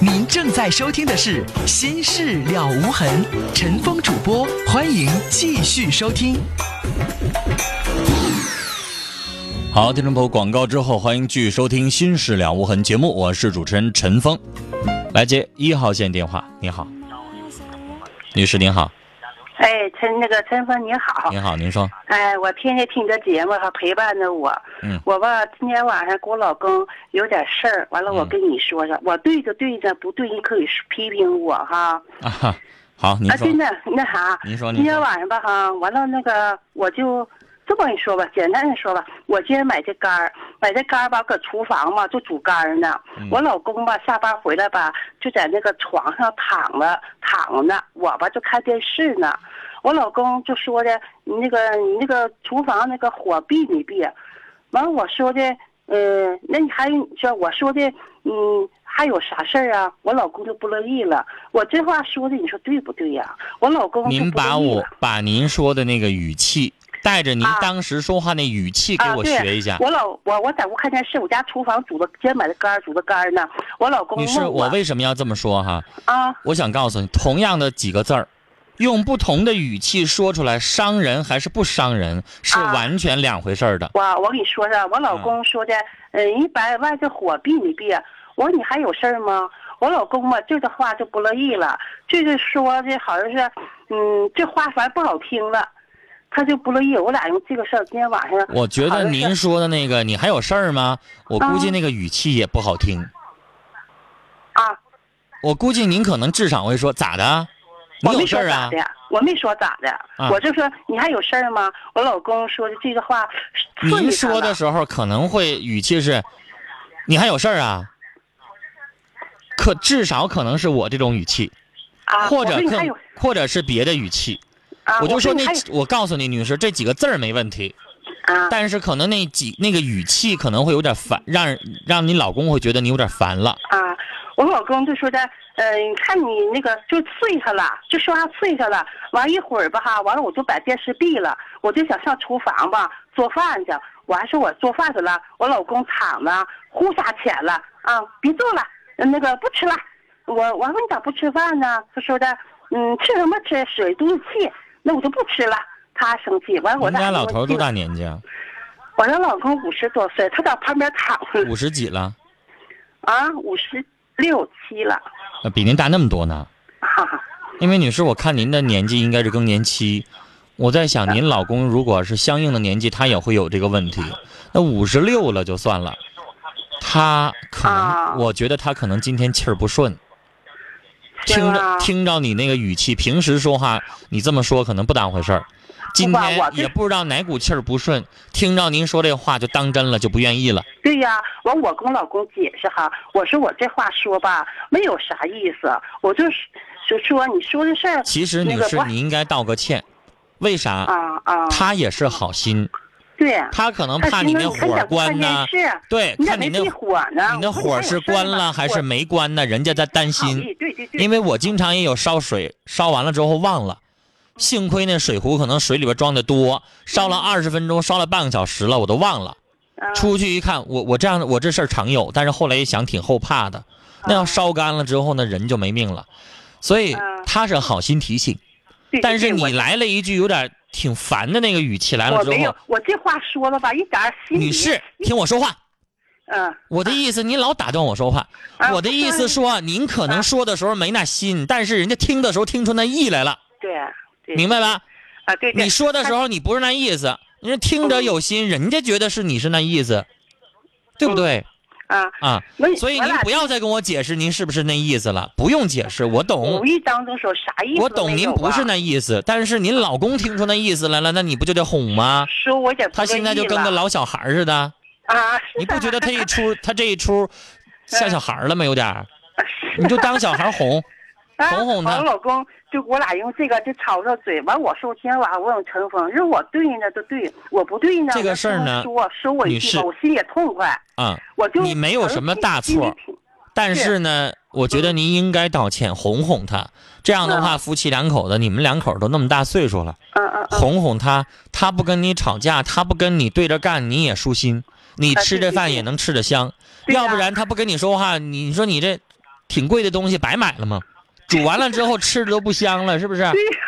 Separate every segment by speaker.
Speaker 1: 您正在收听的是《心事了无痕》，陈峰主播，欢迎继续收听。
Speaker 2: 好，听众朋友，广告之后，欢迎继续收听《新事了无痕》节目，我是主持人陈峰。来接一号线电话，你好，女士您好，
Speaker 3: 哎，陈那个陈峰你好，
Speaker 2: 您好，您说，
Speaker 3: 哎，我天天听你的节目哈，陪伴着我。
Speaker 2: 嗯
Speaker 3: 我吧，今天晚上跟我老公有点事儿，完了
Speaker 2: 嗯
Speaker 3: 我跟你说说，我对就对着，不对你可以批评我哈。
Speaker 2: 啊哈，好，您
Speaker 3: 啊，
Speaker 2: 说
Speaker 3: 真，的那啥，
Speaker 2: 您说您说
Speaker 3: 今天晚上吧哈，完了那个我就这么跟你说吧，简单的说吧，我今天买这肝儿，买这肝儿吧，搁厨房嘛就煮肝儿呢。
Speaker 2: 嗯
Speaker 3: 我老公吧下班回来吧，就在那个床上躺着躺着呢，我吧就看电视呢。我老公就说的，你那个你那个厨房那个火闭没闭？完了我说的，呃，那你还说我说的，嗯，还有啥事儿啊？我老公就不乐意了。我这话说的，你说对不对呀、我老公就
Speaker 2: 您
Speaker 3: 不乐
Speaker 2: 把
Speaker 3: 意了
Speaker 2: 我把您说的那个语气，带着您
Speaker 3: 啊
Speaker 2: 当时说话那语气给
Speaker 3: 啊，
Speaker 2: 我
Speaker 3: 对
Speaker 2: 学一下。
Speaker 3: 我老我我在屋看电视，我家厨房煮的，今天买的肝儿煮的肝儿呢。我老公
Speaker 2: 女士，
Speaker 3: 问
Speaker 2: 我为什么要这么说哈？
Speaker 3: 啊，
Speaker 2: 我想告诉你，同样的几个字儿，用不同的语气说出来，伤人还是不伤人，是
Speaker 3: 啊
Speaker 2: 完全两回事儿的。
Speaker 3: 我我跟你说说，我老
Speaker 2: 嗯
Speaker 3: 公说的，呃，一百万这火避没避？我说你还有事儿吗？我老公嘛，这个话就不乐意了，这个说的好像是，嗯，这话反正不好听了，他就不乐意。我俩用这个事儿，今天晚上
Speaker 2: 我觉
Speaker 3: 好嗯
Speaker 2: 得
Speaker 3: 像是
Speaker 2: 您说的那个，你还有事儿吗？我估计那个语气也不好听。
Speaker 3: 啊，
Speaker 2: 我估计您可能至少会说咋的？你
Speaker 3: 我
Speaker 2: 有
Speaker 3: 哦没
Speaker 2: 事
Speaker 3: 说
Speaker 2: 儿
Speaker 3: 咋
Speaker 2: 啊
Speaker 3: 的？，我没说咋的，
Speaker 2: 啊
Speaker 3: 我就说你还有事儿吗？我老公说的这个话，刺
Speaker 2: 您
Speaker 3: 激他
Speaker 2: 说的
Speaker 3: 了
Speaker 2: 时候可能会语气是，你还有事儿啊？可至少可能是我这种语气，
Speaker 3: 啊，
Speaker 2: 或者
Speaker 3: 我说你还
Speaker 2: 更
Speaker 3: 有
Speaker 2: 或者是别的语气。
Speaker 3: 啊，
Speaker 2: 我就说
Speaker 3: 你
Speaker 2: 那
Speaker 3: 还有
Speaker 2: 几，我告诉你，女士，这几个字儿没问题，
Speaker 3: 啊
Speaker 2: 但是可能那几那个语气可能会有点烦，让人让你老公会觉得你有点烦了。
Speaker 3: 啊，我老公就说的，嗯、你看你那个就刺激他了，就说话刺激他了。完一会儿吧哈，完了我就把电视闭了，我就想上厨房吧做饭去。我还说我做饭去了，我老公躺着呼下钱了啊，别做了，那个不吃了。我我还问你咋不吃饭呢？他说的，嗯，吃什么吃？水肚子气，那我就不吃了。他生气，完了我
Speaker 2: 您
Speaker 3: 俩
Speaker 2: 家
Speaker 3: 就
Speaker 2: 老头儿多
Speaker 3: 进
Speaker 2: 大？年纪啊？
Speaker 3: 我那老公五十多岁，他在旁边躺着
Speaker 2: 五十几了，
Speaker 3: 啊，五十六七了，
Speaker 2: 呃比您大那么多呢。
Speaker 3: 哈、哈。
Speaker 2: 因为女士，我看您的年纪应该是更年期，我在想您老公如果是相应的年纪，他也会有这个问题。那五十六了就算了，他可
Speaker 3: 啊
Speaker 2: 能，我觉得他可能今天气儿不顺，
Speaker 3: 是
Speaker 2: 听
Speaker 3: 吗
Speaker 2: 着听着你那个语气，平时说话你这么说可能不当回事儿，今
Speaker 3: 不吧我
Speaker 2: 天
Speaker 3: 这
Speaker 2: 也不知道哪股气儿不顺，听着您说这话就当真了，就不愿意了。
Speaker 3: 对呀、完我跟我老公解释哈，我说我这话说吧没有啥意思，我就是就说你说的事儿，
Speaker 2: 其实
Speaker 3: 那
Speaker 2: 女
Speaker 3: 个
Speaker 2: 士
Speaker 3: 不，
Speaker 2: 你应该道个歉，为啥？
Speaker 3: 啊啊，
Speaker 2: 他也是好心，
Speaker 3: 对，
Speaker 2: 他可能
Speaker 3: 他
Speaker 2: 怕
Speaker 3: 寻
Speaker 2: 你
Speaker 3: 思
Speaker 2: 那
Speaker 3: 他
Speaker 2: 火
Speaker 3: 想
Speaker 2: 关呢、
Speaker 3: 看电视
Speaker 2: 对，
Speaker 3: 你咋
Speaker 2: 看
Speaker 3: 没
Speaker 2: 你那
Speaker 3: 避火啊呢？
Speaker 2: 你那火是关了还是没关呢？人家在担
Speaker 3: 心？
Speaker 2: 心，
Speaker 3: 对对对，
Speaker 2: 因为我经常也有烧水，烧完了之后忘了，幸亏那水壶可能水里边装的多，烧了二十分钟，烧了半个小时了，我都忘了。
Speaker 3: 啊
Speaker 2: 出去一看，我我这样的我这事儿常有，但是后来一想挺后怕的，
Speaker 3: 嗯
Speaker 2: 那要烧干了之后呢，人就没命了。所以
Speaker 3: 啊
Speaker 2: 他是好心提醒，
Speaker 3: 对对
Speaker 2: 但是
Speaker 3: 对我
Speaker 2: 你来了一句有点挺烦的那个语气来
Speaker 3: 我
Speaker 2: 了之
Speaker 3: 没有
Speaker 2: 后，，
Speaker 3: 我这话说了吧，一点儿心里
Speaker 2: 女士听我说话，
Speaker 3: 嗯
Speaker 2: 我的意思，您老打断我说 话。
Speaker 3: 啊
Speaker 2: 我的意思说，您可能说的时候没那心，但是人家听的时候听出那意来了，
Speaker 3: 对对
Speaker 2: 明白吧？
Speaker 3: 啊对对，
Speaker 2: 你说的时候你不是那意思，人家听着有心，人家觉得是你是那意思，对不对
Speaker 3: 啊，
Speaker 2: 啊？
Speaker 3: 我
Speaker 2: 所以
Speaker 3: 嗯我
Speaker 2: 您
Speaker 3: 俩
Speaker 2: 不要再跟我解释您是不是那意思了，不用解释，我
Speaker 3: 无
Speaker 2: 懂，
Speaker 3: 意当中说啥意思
Speaker 2: 我
Speaker 3: 都
Speaker 2: 懂，
Speaker 3: 没
Speaker 2: 您
Speaker 3: 有
Speaker 2: 不
Speaker 3: 啊
Speaker 2: 是那意思，但是您老公听出那意思来了，那你不就得哄吗？
Speaker 3: 说我有 点不
Speaker 2: 他
Speaker 3: 乐
Speaker 2: 现在
Speaker 3: 意
Speaker 2: 就跟
Speaker 3: 了
Speaker 2: 个老小孩儿似 的，
Speaker 3: 啊，
Speaker 2: 你不觉得他一出他这一出像小孩儿了吗？有点儿，你就当小孩儿哄。
Speaker 3: 啊
Speaker 2: 哄哄她
Speaker 3: 我老公就我俩用这个就吵吵嘴，完我说今天晚上我问陈峰，如果我对呢就对，我不对呢，
Speaker 2: 这个事儿呢
Speaker 3: 我说说我一
Speaker 2: 女
Speaker 3: 句
Speaker 2: 士
Speaker 3: 吧，我心里也痛快，
Speaker 2: 啊、
Speaker 3: 我就
Speaker 2: 你没有什么大错
Speaker 3: 嗯心里
Speaker 2: 但是呢，我觉得您应该道歉，哄哄他。这样的
Speaker 3: 嗯
Speaker 2: 话，夫妻两口子，你们两口都那么大岁数了，
Speaker 3: 挺嗯嗯嗯，
Speaker 2: 哄哄他，他不跟你吵架，他不跟你对着干，你也舒心。你
Speaker 3: 啊
Speaker 2: 吃
Speaker 3: 对
Speaker 2: 这
Speaker 3: 对
Speaker 2: 饭
Speaker 3: 对
Speaker 2: 也能吃得香，
Speaker 3: 对
Speaker 2: 要不
Speaker 3: 呀
Speaker 2: 然他不跟你说话，你你说你这挺贵的东西白买了 吗？煮完了之后吃的都不香了，是不是？
Speaker 3: 对呀，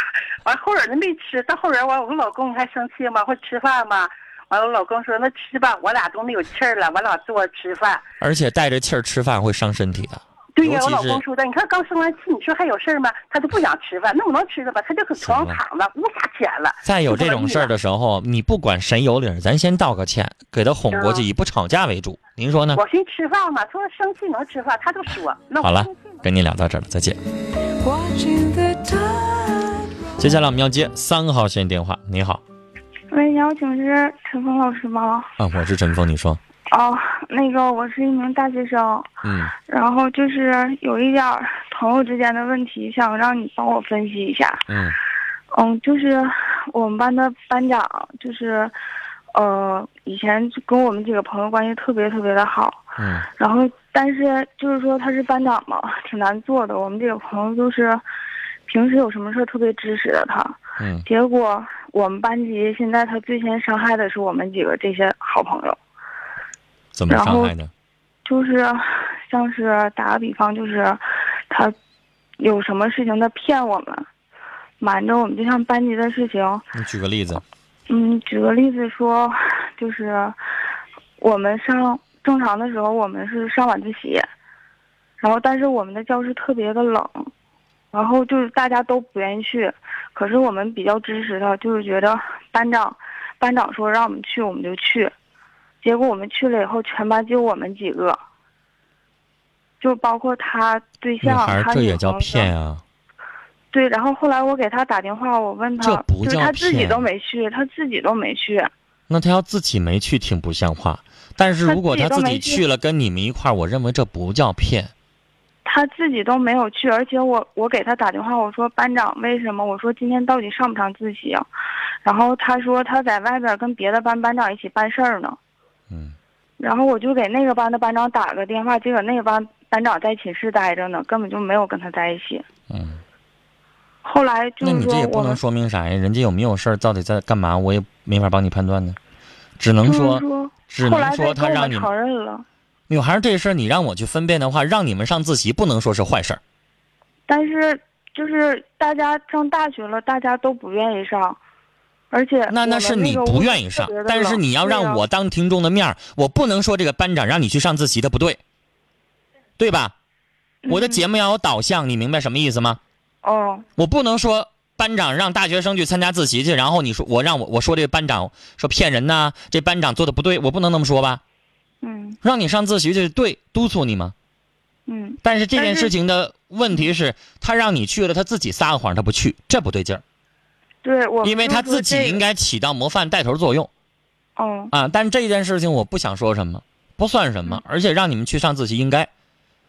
Speaker 3: 完后边儿他没吃，到后边儿完我跟老公还生气嘛，会吃饭嘛。完了，我老公说那吃吧，我俩都没有气儿了，我俩坐着吃饭。
Speaker 2: 而且带着气儿吃饭会伤身体啊的。
Speaker 3: 对呀，
Speaker 2: 尤
Speaker 3: 我
Speaker 2: 其
Speaker 3: 老
Speaker 2: 是
Speaker 3: 公说的，你看刚生完气，你说还有事儿吗？他就不想吃饭，那我能吃了吧？他就搁床上躺着，无法舔了。
Speaker 2: 再有这种事儿的时候，你不管谁有理儿，咱先道个歉，给他哄过去，
Speaker 3: 嗯
Speaker 2: 以不吵架为主。您说呢？
Speaker 3: 我寻思吃饭嘛，他说生气能吃饭，他都说那
Speaker 2: 好
Speaker 3: 我
Speaker 2: 了
Speaker 3: 生气，嘛。
Speaker 2: 跟您聊到这儿了，再见。
Speaker 4: watching the tide
Speaker 2: 接下来我们要接三号线电话。你好，
Speaker 5: 喂，你好，请是陈峰老师吗？
Speaker 2: 啊，我是陈峰，你说，
Speaker 5: 哦，那个我是一名大学生，
Speaker 2: 嗯，
Speaker 5: 然后就是有一点儿朋友之间的问题，想让你帮我分析一下。
Speaker 2: 嗯
Speaker 5: 嗯，就是我们班的班长，就是，呃，以前就跟我们几个朋友关系特别特别的好，
Speaker 2: 嗯
Speaker 5: 然后但是就是说他是班长嘛，挺难做的。我们几个朋友就是平时有什么事儿特别支持着他，
Speaker 2: 嗯
Speaker 5: 结果我们班级现在他最先伤害的是我们几个这些好朋友，
Speaker 2: 怎么
Speaker 5: 然
Speaker 2: 伤
Speaker 5: 后
Speaker 2: 害的？
Speaker 5: 就是像是打个比方，就是他有什么事情他骗我们，瞒着我们，就像班级的事情。
Speaker 2: 你举个例子，
Speaker 5: 嗯，举个例子说，就是我们上正常的时候我们是上晚自习，然后但是我们的教室特别的冷，然后就是大家都不愿意去，可是我们比较支持他，就是觉得班长班长说让我们去我们就去，结果我们去了以后全班就我们几个，就包括他对
Speaker 2: 女
Speaker 5: 象，啊
Speaker 2: 孩
Speaker 5: 他
Speaker 2: 儿这
Speaker 5: 女
Speaker 2: 也叫
Speaker 5: 朋友
Speaker 2: 骗啊？
Speaker 5: 对，然后后来我给他打电话，我问他
Speaker 2: 这，不
Speaker 5: 就是
Speaker 2: 叫
Speaker 5: 他自己
Speaker 2: 骗
Speaker 5: 都没去，他自己都没去。
Speaker 2: 那他要自己没去挺不像话，但是如果他
Speaker 5: 他
Speaker 2: 自
Speaker 5: 自己都
Speaker 2: 己
Speaker 5: 没去
Speaker 2: 去了跟你们一块儿，我认为这不叫骗。
Speaker 5: 他自己都没有去，而且我我给他打电话，我说班长为什么？我说今天到底上不上自习、啊？然后他说他在外边跟别的班班长一起办事儿呢。
Speaker 2: 嗯，
Speaker 5: 然后我就给那个班的班长打个电话，结果那个班班长在寝室待着呢，根本就没有跟他在一起。
Speaker 2: 嗯，
Speaker 5: 后来就
Speaker 2: 那
Speaker 5: 是
Speaker 2: 你这
Speaker 5: 说
Speaker 2: 也
Speaker 5: 我
Speaker 2: 不能
Speaker 5: 们
Speaker 2: 说明啥呀？人家有没有事儿，到底在干嘛，我也没法帮你判断呢。只能
Speaker 5: 就是
Speaker 2: 说，
Speaker 5: 说，
Speaker 2: 只
Speaker 5: 后来
Speaker 2: 能说
Speaker 5: 他
Speaker 2: 他
Speaker 5: 跟我
Speaker 2: 让
Speaker 5: 们
Speaker 2: 你们
Speaker 5: 承认了，
Speaker 2: 女孩儿这事儿，你让我去分辨的话，让你们上自习不能说是坏事儿。
Speaker 5: 但是就是大家上大学了，大家都不愿意上，而且
Speaker 2: 那那
Speaker 5: 哎我们
Speaker 2: 是你
Speaker 5: 个
Speaker 2: 不
Speaker 5: 屋
Speaker 2: 愿意
Speaker 5: 特
Speaker 2: 上
Speaker 5: 别，的
Speaker 2: 但是
Speaker 5: 冷
Speaker 2: 你要
Speaker 5: 对呀
Speaker 2: 让我当听众的面儿，我不能说这个班长让你去上自习的不对，对吧？我的
Speaker 5: 嗯
Speaker 2: 节目要有导向，你明白什么意思吗？
Speaker 5: 哦，
Speaker 2: 我不能说班长让大学生去参加自习去，然后你说我让我我说这个班长说骗人呐、这班长做的不对，我不能那么说吧？
Speaker 5: 嗯
Speaker 2: 让你上自习去，对，督促你嘛。
Speaker 5: 嗯。
Speaker 2: 但是这件
Speaker 5: 但是嗯
Speaker 2: 事情的问题是，他让你去了，他自己撒个谎，他不去，这不对劲儿，
Speaker 5: 对，我
Speaker 2: 因为他自己应
Speaker 5: 该，
Speaker 2: 该起到模范带头作用
Speaker 5: 嗯
Speaker 2: 啊。但这件事情我不想说什么，不算什么，而且让你们去上自习应该。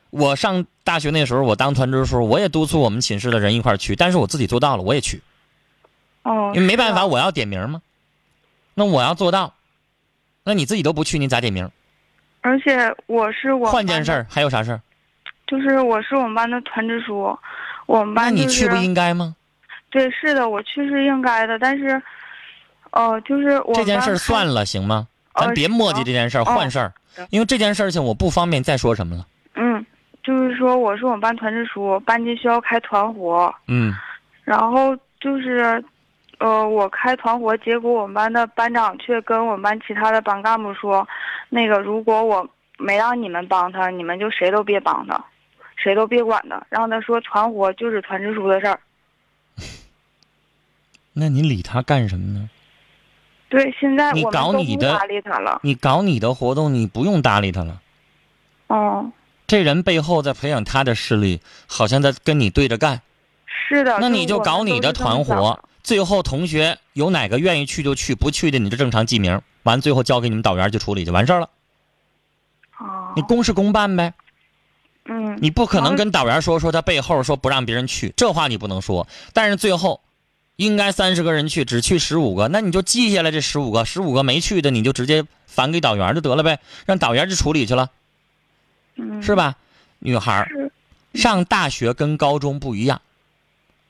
Speaker 2: 我上大学那时候，我当团支书，我也督促我们寝室的人一块儿去，但是我自己做到了，我也去。
Speaker 5: 嗯，
Speaker 2: 因为没办
Speaker 5: 是
Speaker 2: 法，
Speaker 5: 啊，
Speaker 2: 我要点名嘛。那我要做到，那你自己都不去，你咋点名？
Speaker 5: 而且我是我们
Speaker 2: 换件事
Speaker 5: 班的，
Speaker 2: 儿，还有啥事儿？
Speaker 5: 就是我是我们班的团支书，我们
Speaker 2: 那
Speaker 5: 班、就
Speaker 2: 你
Speaker 5: 是、
Speaker 2: 去不应该吗？
Speaker 5: 对，是的，我去是应该的，但是，呃，就是我
Speaker 2: 这件事儿算
Speaker 5: 了，
Speaker 2: 了，行吗？
Speaker 5: 呃
Speaker 2: 咱别磨叽这件事儿，
Speaker 5: 行
Speaker 2: 换事儿
Speaker 5: 行，
Speaker 2: 因为这件事情我不方便再说什么了。
Speaker 5: 嗯，就是说我是我们班团支书，班级需要开团活，
Speaker 2: 嗯，
Speaker 5: 然后就是。呃，我开团活，结果我们班的班长却跟我们班其他的班干部说，那个如果我没让你们帮他，你们就谁都别帮他，谁都别管他，让他说团活就是团支书的事儿。
Speaker 2: 那你理他干什么呢？
Speaker 5: 对，现在
Speaker 2: 你
Speaker 5: 我们
Speaker 2: 搞
Speaker 5: 都
Speaker 2: 你
Speaker 5: 不
Speaker 2: 的
Speaker 5: 搭理他了。
Speaker 2: 你搞你的活动，你不用搭理他了。
Speaker 5: 嗯，
Speaker 2: 这人背后在培养他的势力，好像在跟你对着干。
Speaker 5: 是的。
Speaker 2: 那你就
Speaker 5: 我们
Speaker 2: 搞
Speaker 5: 都
Speaker 2: 你
Speaker 5: 是
Speaker 2: 的
Speaker 5: 这么
Speaker 2: 团
Speaker 5: 想
Speaker 2: 伙
Speaker 5: 的，
Speaker 2: 最后同学有哪个愿意去就去，不去的你就正常记名，完最后交给你们导员去处理就完事儿了。
Speaker 5: 哦，
Speaker 2: 你公事公办呗，
Speaker 5: 嗯，
Speaker 2: 你不可能
Speaker 5: 嗯
Speaker 2: 跟导员说说他背后说不让别人去，这话你不能说。但是最后，应该三十个人去，只去十五个，那你就记下来这十五个，十五个没去的你就直接返给导员就得了呗，让导员去处理去了，
Speaker 5: 嗯
Speaker 2: 是？吧？女孩儿
Speaker 5: 是，嗯
Speaker 2: 上大学跟高中不一样，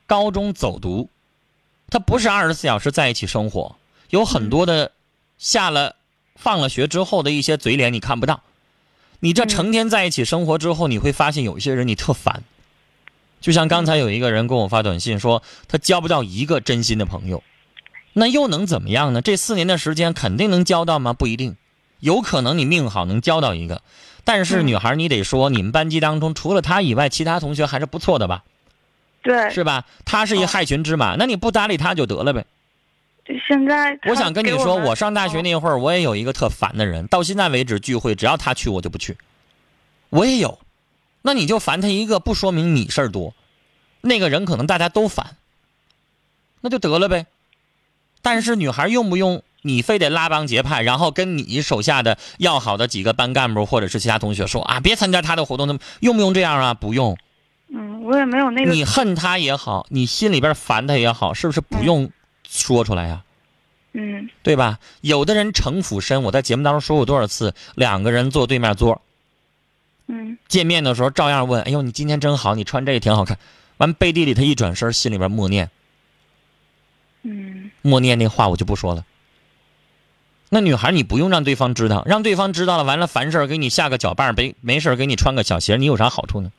Speaker 2: 高中走读，
Speaker 5: 嗯
Speaker 2: 他不是二十四小时在一起生活，有很多的下了放了学之后的一些嘴脸你看不到。你
Speaker 5: 嗯
Speaker 2: 这成天在一起生活之后，你会发现有一些人你特烦。就像刚才
Speaker 5: 嗯
Speaker 2: 有一个人跟我发短信说，他交不到一个真心的朋友，那又能怎么样呢？这四年的时间肯定能交到吗？不一定，有可能你命好能交到一个，但是女孩你得说，你们班级当中除了他以外，其他同学还是不错的吧？
Speaker 5: 对，
Speaker 2: 是吧？他是一害群之马，那你不搭理他就得了呗。
Speaker 5: 就现在 他
Speaker 2: 我想跟你
Speaker 5: 给
Speaker 2: 说，
Speaker 5: 们啊
Speaker 2: 我上大学那会儿，我也有一个特烦的人，到现在为止聚会，只要他去我就不去，我也有。那你就烦他一个，不说明你事儿多，那个人可能大家都烦，那就得了呗。但是女孩用不用你非得拉帮结派，然后跟你手下的要好的几个班干部或者是其他同学说啊，别参加他的活动，怎么用不用这样啊？不用。
Speaker 5: 嗯，我也没有那个
Speaker 2: 你恨他也好，你心里边烦他也好，是不是不用说出来呀、
Speaker 5: 嗯
Speaker 2: 对吧？有的人城府深，我在节目当中说过多少次，两个人坐对面桌，
Speaker 5: 嗯
Speaker 2: 见面的时候照样问：“哎呦，你今天真好，你穿这个挺好看。”完背地里他一转身，心里边默念
Speaker 5: 嗯
Speaker 2: 默念那话，我就不说了。那女孩，你不用让对方知道，让对方知道了，完了烦事儿给你下个脚绊儿，没没事儿给你穿个小鞋，你有啥好处呢？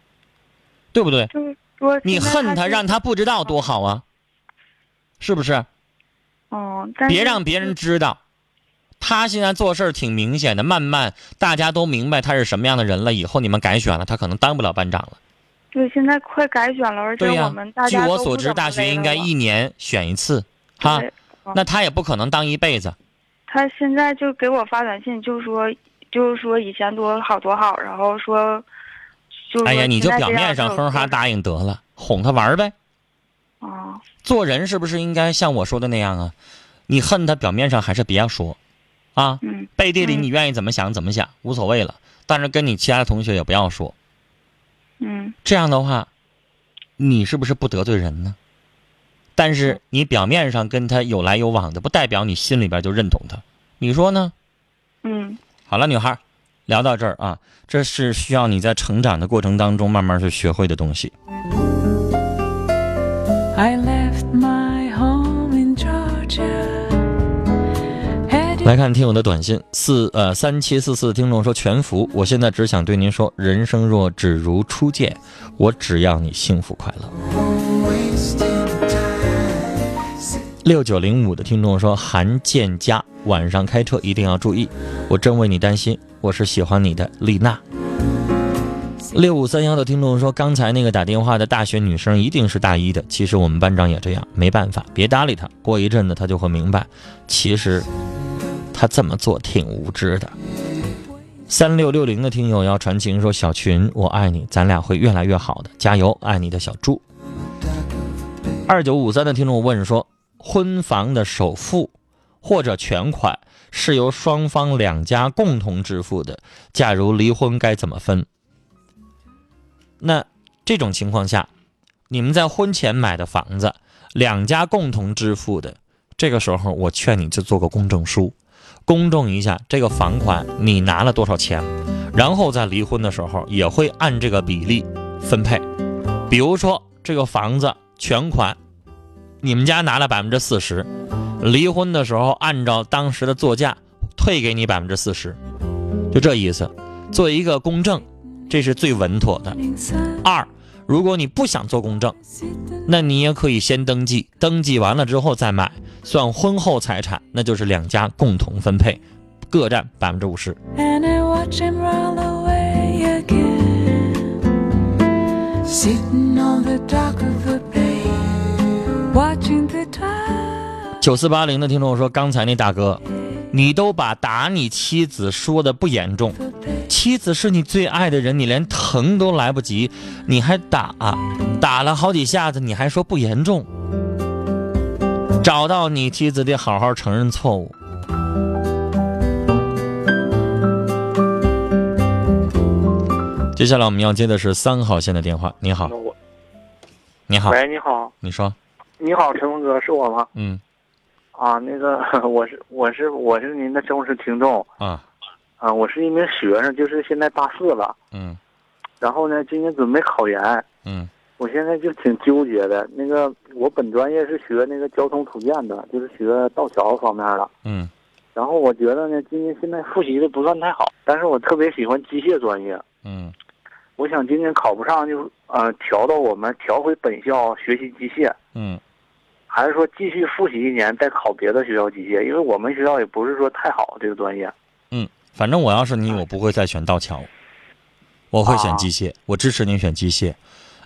Speaker 2: 对不对？
Speaker 5: 就是说
Speaker 2: 你
Speaker 5: 现在
Speaker 2: 恨
Speaker 5: 他
Speaker 2: 他，
Speaker 5: 是
Speaker 2: 让他不知道多好啊，是不是？
Speaker 5: 哦，但
Speaker 2: 别
Speaker 5: 是
Speaker 2: 让别人知道。他现在做事儿挺明显的，慢慢大家都明白他是什么样的人了。以后你们改选了，他可能当不了班长了。
Speaker 5: 对现在快改选了，而且
Speaker 2: 对呀、
Speaker 5: 我们大
Speaker 2: 据
Speaker 5: 家
Speaker 2: 我
Speaker 5: 都
Speaker 2: 所
Speaker 5: 不
Speaker 2: 知，
Speaker 5: 怎
Speaker 2: 大
Speaker 5: 么
Speaker 2: 学
Speaker 5: 围
Speaker 2: 应
Speaker 5: 了
Speaker 2: 该
Speaker 5: 了
Speaker 2: 一年选一次，哈
Speaker 5: 对。哦
Speaker 2: 那他也不可能当一辈子。
Speaker 5: 他现在就给我发短信，就说就说以前多好多好，然后说，就
Speaker 2: 哎呀，你就表面上哼哈
Speaker 5: 答
Speaker 2: 答应得了，哄他玩儿呗。
Speaker 5: 哦，
Speaker 2: 做人是不是应该像我说的那样啊？你恨他，表面上还是别说，啊，
Speaker 5: 嗯
Speaker 2: 背地里
Speaker 5: 嗯
Speaker 2: 你愿意怎么想怎么想，无所谓了。但是跟你其他的同学也不要说，
Speaker 5: 嗯
Speaker 2: 这样的话，你是不是不得罪人呢？但是你表面上跟他有来有往的，不代表你心里边就认同他，你说呢？
Speaker 5: 嗯
Speaker 2: 好了，女孩儿，聊到这儿啊，这是需要你在成长的过程当中慢慢去学会的东西。
Speaker 4: I left my home in Georgia. Headed
Speaker 2: 来看听友的短信，四呃三七四四听众说全福，我现在只想对您说，人生若只如初见，我只要你幸福快乐。六九零五的听众说，韩建佳晚上开车一定要注意，我真为你担心，我是喜欢你的丽娜。六五三幺的听众说，刚才那个打电话的大学女生一定是大一的，其实我们班长也这样，没办法，别搭理他，过一阵子他就会明白，其实他这么做挺无知的。三六六零的听友要传情说：“小群，我爱你，咱俩会越来越好的，加油！爱你的小猪。”二九五三的听众问说：“婚房的首付或者全款是由双方两家共同支付的，假如离婚该怎么分？”那这种情况下，你们在婚前买的房子，两家共同支付的，这个时候我劝你就做个公证书，公证一下这个房款你拿了多少钱，然后在离婚的时候也会按这个比例分配。比如说这个房子全款，你们家拿了百分之四十，离婚的时候按照当时的作价退给你百分之四十，就这意思。做一个公证，这是最稳妥的。
Speaker 4: sun
Speaker 2: 二，如果你不想做公证，
Speaker 4: sitting
Speaker 2: 那你也可以先登记，登记完了之后再买，算婚后财产，那就是两家共同分配，各占百分之五十。
Speaker 4: and I watch him roll away again. Sitting on the dock of the bay, watching the tide.
Speaker 2: 九四八零的听众说，刚才那大哥，你都把打你妻子说的不严重，
Speaker 4: The bay.
Speaker 2: 妻子是你最爱的人，你连疼都来不及，你还打，打了好几下子，你还说不严重。找到你妻子得好好承认错误。接下来我们要接的是三号线的电话。你好
Speaker 6: 那，我
Speaker 2: 你好，
Speaker 6: 喂，你好，
Speaker 2: 你说，
Speaker 6: 你好，陈峰哥，是我吗？
Speaker 2: 嗯
Speaker 6: 啊，那个， 我是我是我是您的忠实听众
Speaker 2: 啊，
Speaker 6: 啊，我是一名学生，就是现在大四了，
Speaker 2: 嗯
Speaker 6: 然后呢，今年准备考研，
Speaker 2: 嗯
Speaker 6: 我现在就挺纠结的。那个，我本专业是学那个交通图鉴的，就是学道桥方面的，
Speaker 2: 嗯
Speaker 6: 然后我觉得呢，今年现在复习的不算太好，但是我特别喜欢机械专业。
Speaker 2: 嗯
Speaker 6: 我想今年考不上就呃调到我们调回本校学习机械，
Speaker 2: 嗯
Speaker 6: 还是说继续复习一年再考别的学校机械？因为我们学校也不是说太好这个专业。
Speaker 2: 嗯，反正我要是你，我不会再选道桥，我会选
Speaker 6: 啊
Speaker 2: 机械，我支持您选机械。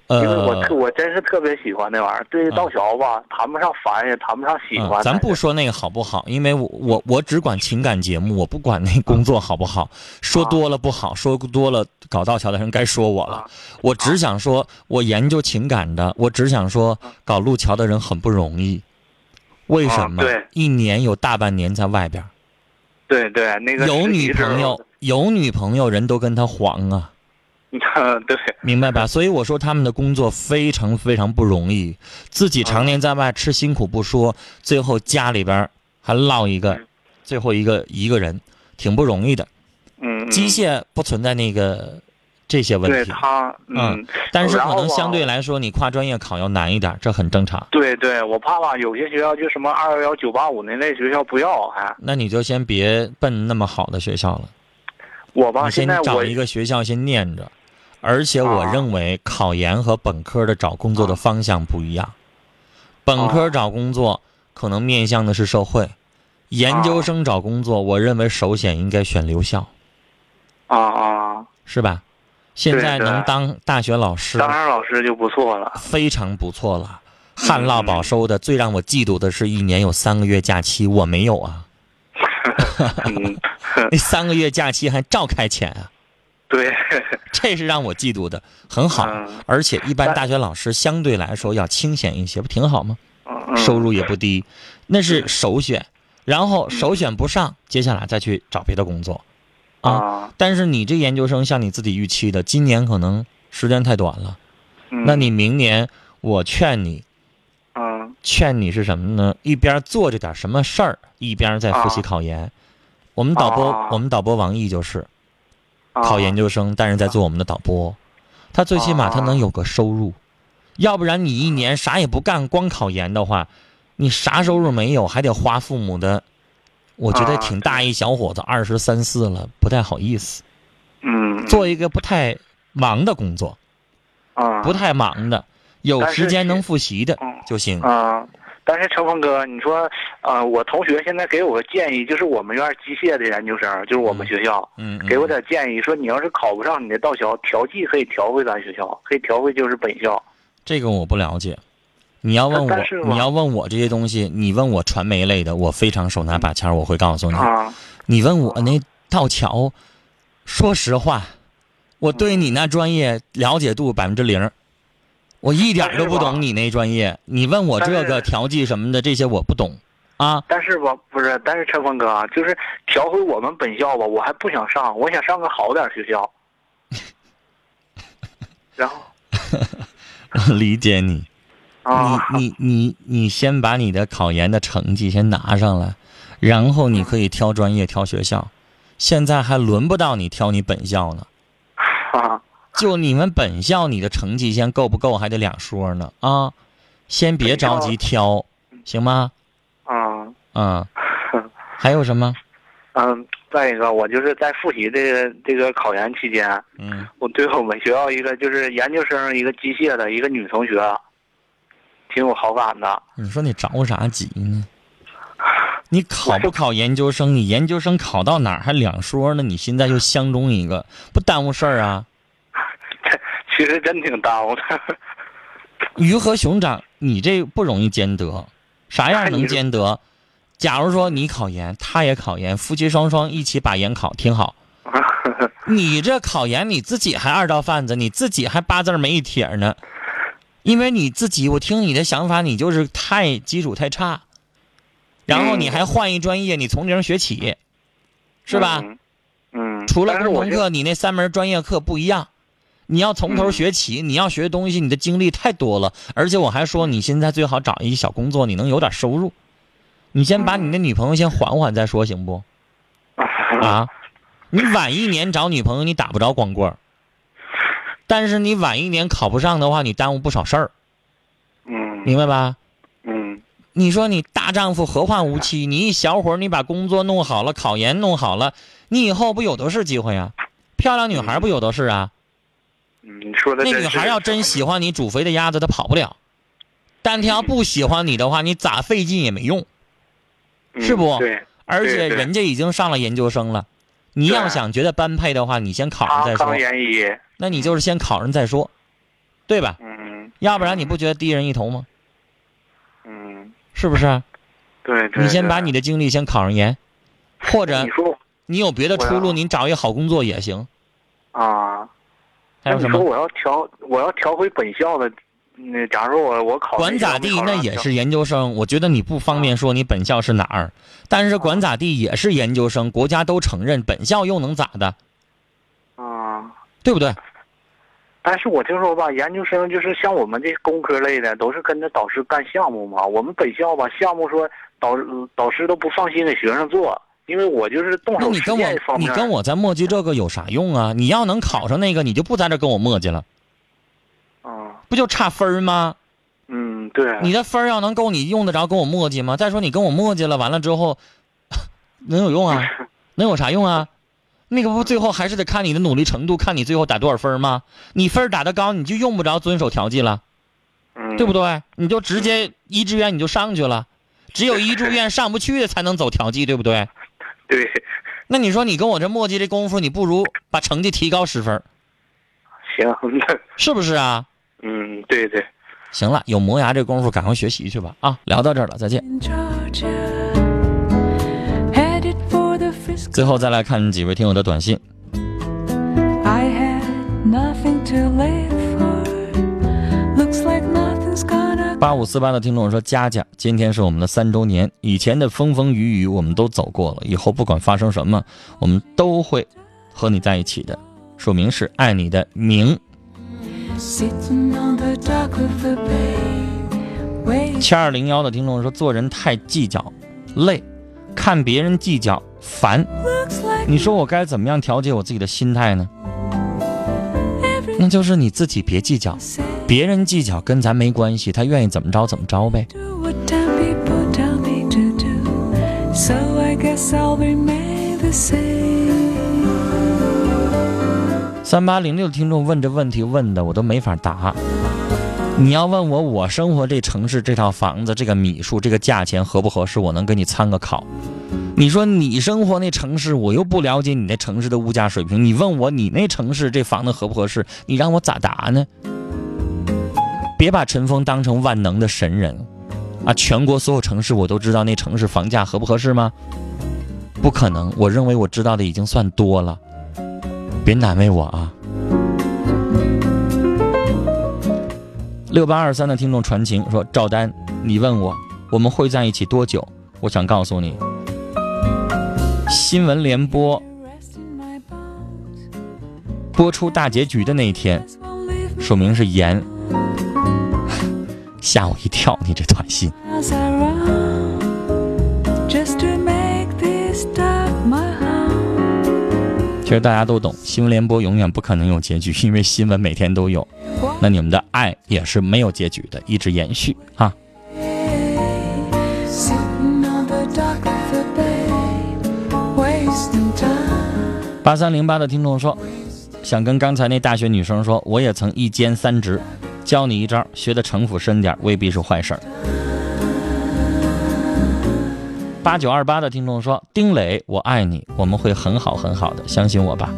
Speaker 6: 因为我
Speaker 2: 呃
Speaker 6: 特，我真是特别喜欢那玩意儿，对道桥吧，谈不上烦，也谈不上喜
Speaker 2: 嗯，
Speaker 6: 欢。
Speaker 2: 咱不说那个好不好，因为我我我只管情感节目，我不管那工作好不好。说多了不好，说多了搞道桥的人该说我了
Speaker 6: 啊。
Speaker 2: 我只想说，我研究情感的，我只想说，搞路桥的人很不容易。为什
Speaker 6: 啊
Speaker 2: 么
Speaker 6: 对？
Speaker 2: 一年有大半年在外边儿，
Speaker 6: 对对，那个
Speaker 2: 有
Speaker 6: 实
Speaker 2: 女
Speaker 6: 习时候
Speaker 2: 朋友，，有女朋友，人都跟他黄啊。
Speaker 6: 嗯，对，
Speaker 2: 明白吧？所以我说他们的工作非常非常不容易，自己常年在外吃辛苦不说，最后家里边儿还落一个
Speaker 6: 嗯，
Speaker 2: 最后一个一个人，挺不容易的。
Speaker 6: 嗯，嗯
Speaker 2: 机械不存在那个这些问
Speaker 6: 对
Speaker 2: 题，
Speaker 6: 他，
Speaker 2: 嗯
Speaker 6: 嗯，
Speaker 2: 但是可
Speaker 6: 然后
Speaker 2: 能
Speaker 6: 吧
Speaker 2: 相对来说你跨专业考要难一点，这很正常。
Speaker 6: 对对，我怕吧，有些学校就什么二幺幺九八五那类学校不要，哎还
Speaker 2: 那你就先别奔那么好的学校了，
Speaker 6: 我吧，
Speaker 2: 你先
Speaker 6: 现在
Speaker 2: 找
Speaker 6: 我
Speaker 2: 一个学校先念着。而且我
Speaker 6: 啊
Speaker 2: 认为考研和本科的找工作的方向不一样，本科
Speaker 6: 啊
Speaker 2: 找工作可能面向的是社会，研究生找工作，我认为首选应该选留校，
Speaker 6: 啊啊，
Speaker 2: 是吧？现在
Speaker 6: 对
Speaker 2: 能当大学老师
Speaker 6: 当嗯上老师就不错了
Speaker 2: 非常不错了。旱涝保收的，最让我嫉妒的是一年有三个月假期，我没有啊。
Speaker 6: 嗯，
Speaker 2: 那三个月假期还照开钱啊，
Speaker 6: 对，
Speaker 2: 这是让我嫉妒的。很好
Speaker 6: 嗯，
Speaker 2: 而且一般
Speaker 6: 但
Speaker 2: 大学老师相对来说要清闲一些，不挺好吗？
Speaker 6: 嗯嗯
Speaker 2: 收入也不低，那是首选。然后首选不上，接下来再去找别的工作，啊。
Speaker 6: 啊，
Speaker 2: 但是你这研究生像你自己预期的，今年可能时间太短了。
Speaker 6: 嗯
Speaker 2: 那你明年，我劝你，
Speaker 6: 嗯
Speaker 2: 劝你是什么呢？一边做着点什么事儿，一边在复习
Speaker 6: 啊
Speaker 2: 考研。我们导播，
Speaker 6: 啊
Speaker 2: 我们导播王毅就是考研究生，但是在做我们的导播。他最起码他
Speaker 6: 啊
Speaker 2: 能有个收入，要不然你一年啥也不干，光考研的话，你啥收入没有，还得花父母的。我觉得
Speaker 6: 啊
Speaker 2: 挺大一小伙子，二十三四了，不太好意思，
Speaker 6: 嗯
Speaker 2: 做一个不太忙的工作，
Speaker 6: 啊
Speaker 2: 不太忙的，有
Speaker 6: 但是
Speaker 2: 时间能
Speaker 6: 是
Speaker 2: 复习的
Speaker 6: 嗯
Speaker 2: 就行。
Speaker 6: 啊。但是程峰哥，你说，呃，我同学现在给我个建议，就是我们院机械的研究生，就是我们
Speaker 2: 嗯
Speaker 6: 学校，
Speaker 2: 嗯，嗯
Speaker 6: 给我点建议，说你要是考不上你的道桥，调剂可以调回咱学校，可以调回就是本校。
Speaker 2: 这个我不了解。你要问
Speaker 6: 但但是
Speaker 2: 我，
Speaker 6: 吧
Speaker 2: 你要问我这些东西，你问我传媒类的，我非常手拿把掐，我会告诉你。
Speaker 6: 啊，
Speaker 2: 你问我那道桥，
Speaker 6: 哦
Speaker 2: 说实话，我对你那专业了解度百分之零，我一点儿都不
Speaker 6: 但是吧
Speaker 2: 懂你那专业。你问我这
Speaker 6: 但
Speaker 2: 个
Speaker 6: 是
Speaker 2: 调剂什么的，这些我不懂啊。
Speaker 6: 但是吧，不是，但是陈峰哥啊，就是调回我们本校吧，我还不想上，我想上个好点儿学 校。然后
Speaker 2: 理解你，
Speaker 6: 啊，
Speaker 2: 你你你你先把你的考研的成绩先拿上来，然后你可以挑专业、挑学校。现在还轮不到你挑你本校呢。嗯
Speaker 6: 啊，
Speaker 2: 就你们本校你的成绩先够不够还得两说呢啊，先别着急挑，行吗？
Speaker 6: 啊，
Speaker 2: 嗯，还有什么？
Speaker 6: 嗯，再一个，我就是在复习这个这个考研期间，
Speaker 2: 嗯
Speaker 6: 我对我们学校一个就是研究生，一个机械的一个女同学，挺有好感的。
Speaker 2: 你说你着啥急呢？你考不考研究生？你研究生考到哪儿还两说呢？你现在就相中一个，不耽误事儿啊？
Speaker 6: 其实真挺耽误的。
Speaker 2: 鱼和熊掌，你这不容易兼得，啥样能兼得？假如说你考研，他也考研，夫妻双双一起把研考，挺好。你这考研你自己还二道贩子，你自己还八字儿没一撇儿呢，因为你自己，我听你的想法，你就是太基础太差，然后你还换一专业，你从零学起，是吧？
Speaker 6: 嗯？嗯，
Speaker 2: 除了
Speaker 6: 但是
Speaker 2: 共
Speaker 6: 我
Speaker 2: 同
Speaker 6: 现
Speaker 2: 课，你那三门专业课不一样，你要从
Speaker 6: 嗯
Speaker 2: 头学起，你要学东西，你的经历太多了。而且我还说，你现在最好找一小工作，你能有点收入。你先把你那女朋友先缓缓再说，行不？啊，你晚一年找女朋友，你打不着光棍儿。但是你晚一年考不上的话，你耽误不少事儿，
Speaker 6: 嗯
Speaker 2: 明白吧？
Speaker 6: 嗯
Speaker 2: 你说你大丈夫何患无妻？你一小伙儿，你把工作弄好了，考研弄好了，你以后不有的是机会啊？漂亮女孩不有的是啊？
Speaker 6: 嗯，你说的
Speaker 2: 那
Speaker 6: 真
Speaker 2: 女孩要
Speaker 6: 是
Speaker 2: 真喜欢你，煮肥的鸭子她跑不了。但她要不喜欢你的话，你咋费劲也没用。
Speaker 6: 嗯
Speaker 2: 是不
Speaker 6: 对，
Speaker 2: 而且
Speaker 6: 对对
Speaker 2: 人家已经上了研究生了，你
Speaker 6: 对
Speaker 2: 要想觉得般配的话，你先考上
Speaker 6: 他
Speaker 2: 再
Speaker 6: 刚
Speaker 2: 说。
Speaker 6: 研一，
Speaker 2: 那你就是先考上再说，对吧？
Speaker 6: 嗯
Speaker 2: 要不然你不觉得低人一头吗？
Speaker 6: 嗯，
Speaker 2: 是不是？
Speaker 6: 对对。
Speaker 2: 你先把
Speaker 6: 对
Speaker 2: 你的精力先考上研，或者
Speaker 6: 你说
Speaker 2: 你有别的出
Speaker 6: 我
Speaker 2: 路，
Speaker 6: 要
Speaker 2: 你找一个好工作也行。
Speaker 6: 啊，
Speaker 2: 还有
Speaker 6: 那
Speaker 2: 什
Speaker 6: 你说
Speaker 2: 么？
Speaker 6: 我要调，我要调回本校的，那假如我我考
Speaker 2: 管
Speaker 6: 那
Speaker 2: 咋
Speaker 6: 个没
Speaker 2: 地，
Speaker 6: 啊考
Speaker 2: 那
Speaker 6: 上
Speaker 2: 也
Speaker 6: 校
Speaker 2: 是研究生。我觉得你不方
Speaker 6: 嗯
Speaker 2: 便说你本校是哪儿，但是管咋地也是研究生，国家都承认，本校又能咋的？
Speaker 6: 啊。
Speaker 2: 对不对？
Speaker 6: 但是我听说吧，研究生就是像我们这工科类的，都是跟着导师干项目嘛。我们本校吧，项目说导导师都不放心给学生做，因为我就是动
Speaker 2: 那
Speaker 6: 手
Speaker 2: 你
Speaker 6: 啊实
Speaker 2: 跟我
Speaker 6: 践方
Speaker 2: 你
Speaker 6: 面。
Speaker 2: 跟我在磨叽这个有啥用啊？你要能考上那个，你就不在这跟我磨叽了，
Speaker 6: 啊，
Speaker 2: 不就差分儿吗？
Speaker 6: 嗯，对，
Speaker 2: 你的分儿要能够你用得着跟我磨叽吗？再说你跟我磨叽了，完了之后 能有用啊？能有啥用啊？那个不最后还是得看你的努力程度，看你最后打多少分儿吗？你分儿打得高，你就用不着遵守调剂了，
Speaker 6: 嗯
Speaker 2: 对不对？你就直接一志愿你就上去了，只有一志愿上不去的才能走调剂，对不对？
Speaker 6: 对？
Speaker 2: 那你说你跟我这磨叽这功夫，你不如把成绩提高十分儿，
Speaker 6: 行，那
Speaker 2: 是不是啊？
Speaker 6: 嗯，对对。
Speaker 2: 行了，有磨牙这功夫，赶快学习去吧！啊，聊到这儿了，再见。
Speaker 4: in Georgia, headed for the Frisco.
Speaker 2: 最后再来看几位听友的短信。
Speaker 4: I had nothing to live for. Looks like nothing's gonna.
Speaker 2: 八五四八的听众说：“佳佳，今天是我们的三周年，以前的风风雨雨我们都走过了，以后不管发生什么，我们都会和你在一起的。”署名是爱你的明
Speaker 4: Sitting on the dock of the bay, waiting.
Speaker 2: 七二零幺的听众说：“做人太计较，累，看别人计较烦。
Speaker 4: Looks like
Speaker 2: 你说我该怎么样调节我自己的心态呢？那就是你自己别计较，
Speaker 4: said,
Speaker 2: 别人计较跟咱没关系，他愿意怎么着怎么着呗。”
Speaker 4: do what dumb people tell me to do. So I guess I'll remain the same.
Speaker 2: 三八零六听众问这问题问的我都没法答。你要问我我生活这城市这套房子这个米数这个价钱合不合适，我能给你参个考。你说你生活那城市，我又不了解你那城市的物价水平，你问我你那城市这房子合不合适，你让我咋答呢？别把陈峰当成万能的神人啊！全国所有城市我都知道那城市房价合不合适吗？不可能，我认为我知道的已经算多了。别难为我啊！六八二三的听众传情说：“赵丹，你问我我们会在一起多久？我想告诉你，新闻联播
Speaker 4: Rest in my bones.
Speaker 2: 播出大结局的那一天，
Speaker 4: This won't leave me
Speaker 2: 署名是严， 吓我一跳，你这短信。
Speaker 4: miles around just to make this dark my home.
Speaker 2: 其实大家都懂，新闻联播永远不可能有结局， 因为新闻每天都有。那你们的爱也是没有结局的，一直延续啊。”
Speaker 4: Sitting on the dock of the bay, wasting time.
Speaker 2: 八三零八的听众说，想跟刚才那大学女生说，我也曾一兼三职，教你一招，学的城府深点儿未必是坏事儿。八九二八的听众说，丁磊，我爱你，我们会很好很好的，相信我吧。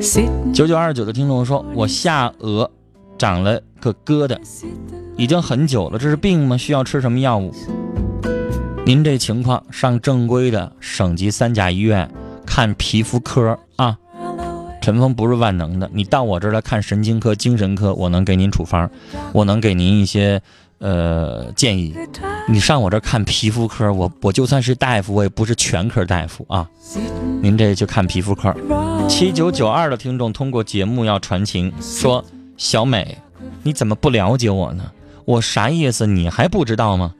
Speaker 4: Sitting,
Speaker 2: 九九二九的听众说，我下颚长了个疙瘩，
Speaker 4: sitting,
Speaker 2: 已经很久了，这是病吗？需要吃什么药物？您这情况上正规的省级三甲医院看皮肤科啊。
Speaker 4: all away.
Speaker 2: 陈峰不是万能的，你到我这儿来看神经科、精神科，我能给您处方，我能给您一些呃建议。
Speaker 4: The time.
Speaker 2: 你上我这儿看皮肤科，我我就算是大夫，我也不是全科大夫啊。
Speaker 4: Sitting
Speaker 2: 您这去看皮肤科。
Speaker 4: round.
Speaker 2: 七九九二的听众通过节目要传情，说小美，你怎么不了解我呢？我啥意思你还不知道吗？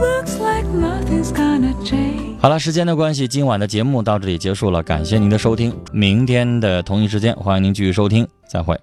Speaker 4: Looks like nothing's gonna change.
Speaker 2: 好了，时间的关系，今晚的节目到这里结束了，感谢您的收听，明天的同一时间，欢迎您继续收听，再会。